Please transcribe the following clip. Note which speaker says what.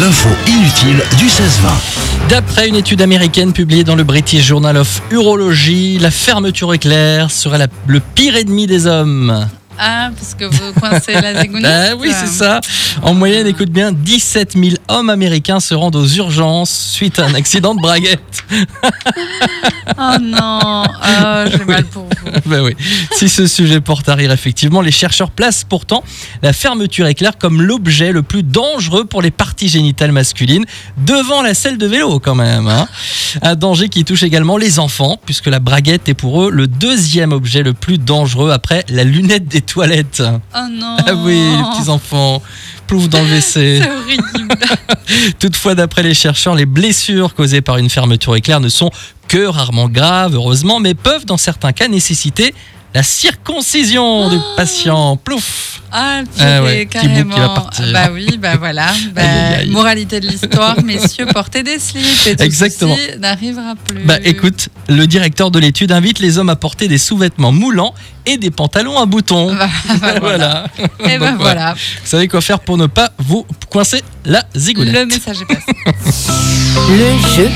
Speaker 1: l'info inutile du 16-20.
Speaker 2: D'après une étude américaine publiée dans le British Journal of Urology, la fermeture éclair serait la- le pire ennemi des hommes.
Speaker 3: Ah, parce que vous coincez la zigounette
Speaker 2: Ah oui, c'est ça. En moyenne, écoute bien, 17 000 hommes américains se rendent aux urgences suite à un accident de braguette.
Speaker 3: Oh non, oh, j'ai mal pour vous.
Speaker 2: Ben oui. Si ce sujet porte à rire, effectivement, les chercheurs placent pourtant la fermeture éclair comme l'objet le plus dangereux pour les parties génitales masculines, devant la selle de vélo quand même. hein. Un danger qui touche également les enfants, puisque la braguette est pour eux le deuxième objet le plus dangereux après la lunette des toilettes.
Speaker 3: Oh non.
Speaker 2: Ah oui,
Speaker 3: Oh.
Speaker 2: les petits enfants plouvent dans le WC.
Speaker 3: C'est horrible.
Speaker 2: Toutefois, d'après les chercheurs, les blessures causées par une fermeture éclair ne sont que rarement graves, heureusement, mais peuvent dans certains cas nécessiter la circoncision du patient. Plouf
Speaker 3: Ah, puis
Speaker 2: Ah ouais, petit bout qui
Speaker 3: carrément.
Speaker 2: va partir.
Speaker 3: Ah Bah oui, bah voilà. Bah,
Speaker 2: Aïe, aïe, aïe.
Speaker 3: Moralité de l'histoire, messieurs, portez des slips et tout
Speaker 2: Exactement.
Speaker 3: ceci n'arrivera plus.
Speaker 2: Bah écoute, le directeur de l'étude invite les hommes à porter des sous-vêtements moulants et des pantalons à boutons.
Speaker 3: Bah, bah, voilà.
Speaker 2: voilà.
Speaker 3: Et ben
Speaker 2: Donc, voilà.
Speaker 3: voilà,
Speaker 2: Vous savez quoi faire pour ne pas vous coincer la zigounette.
Speaker 3: le message est passé.
Speaker 4: Le jeu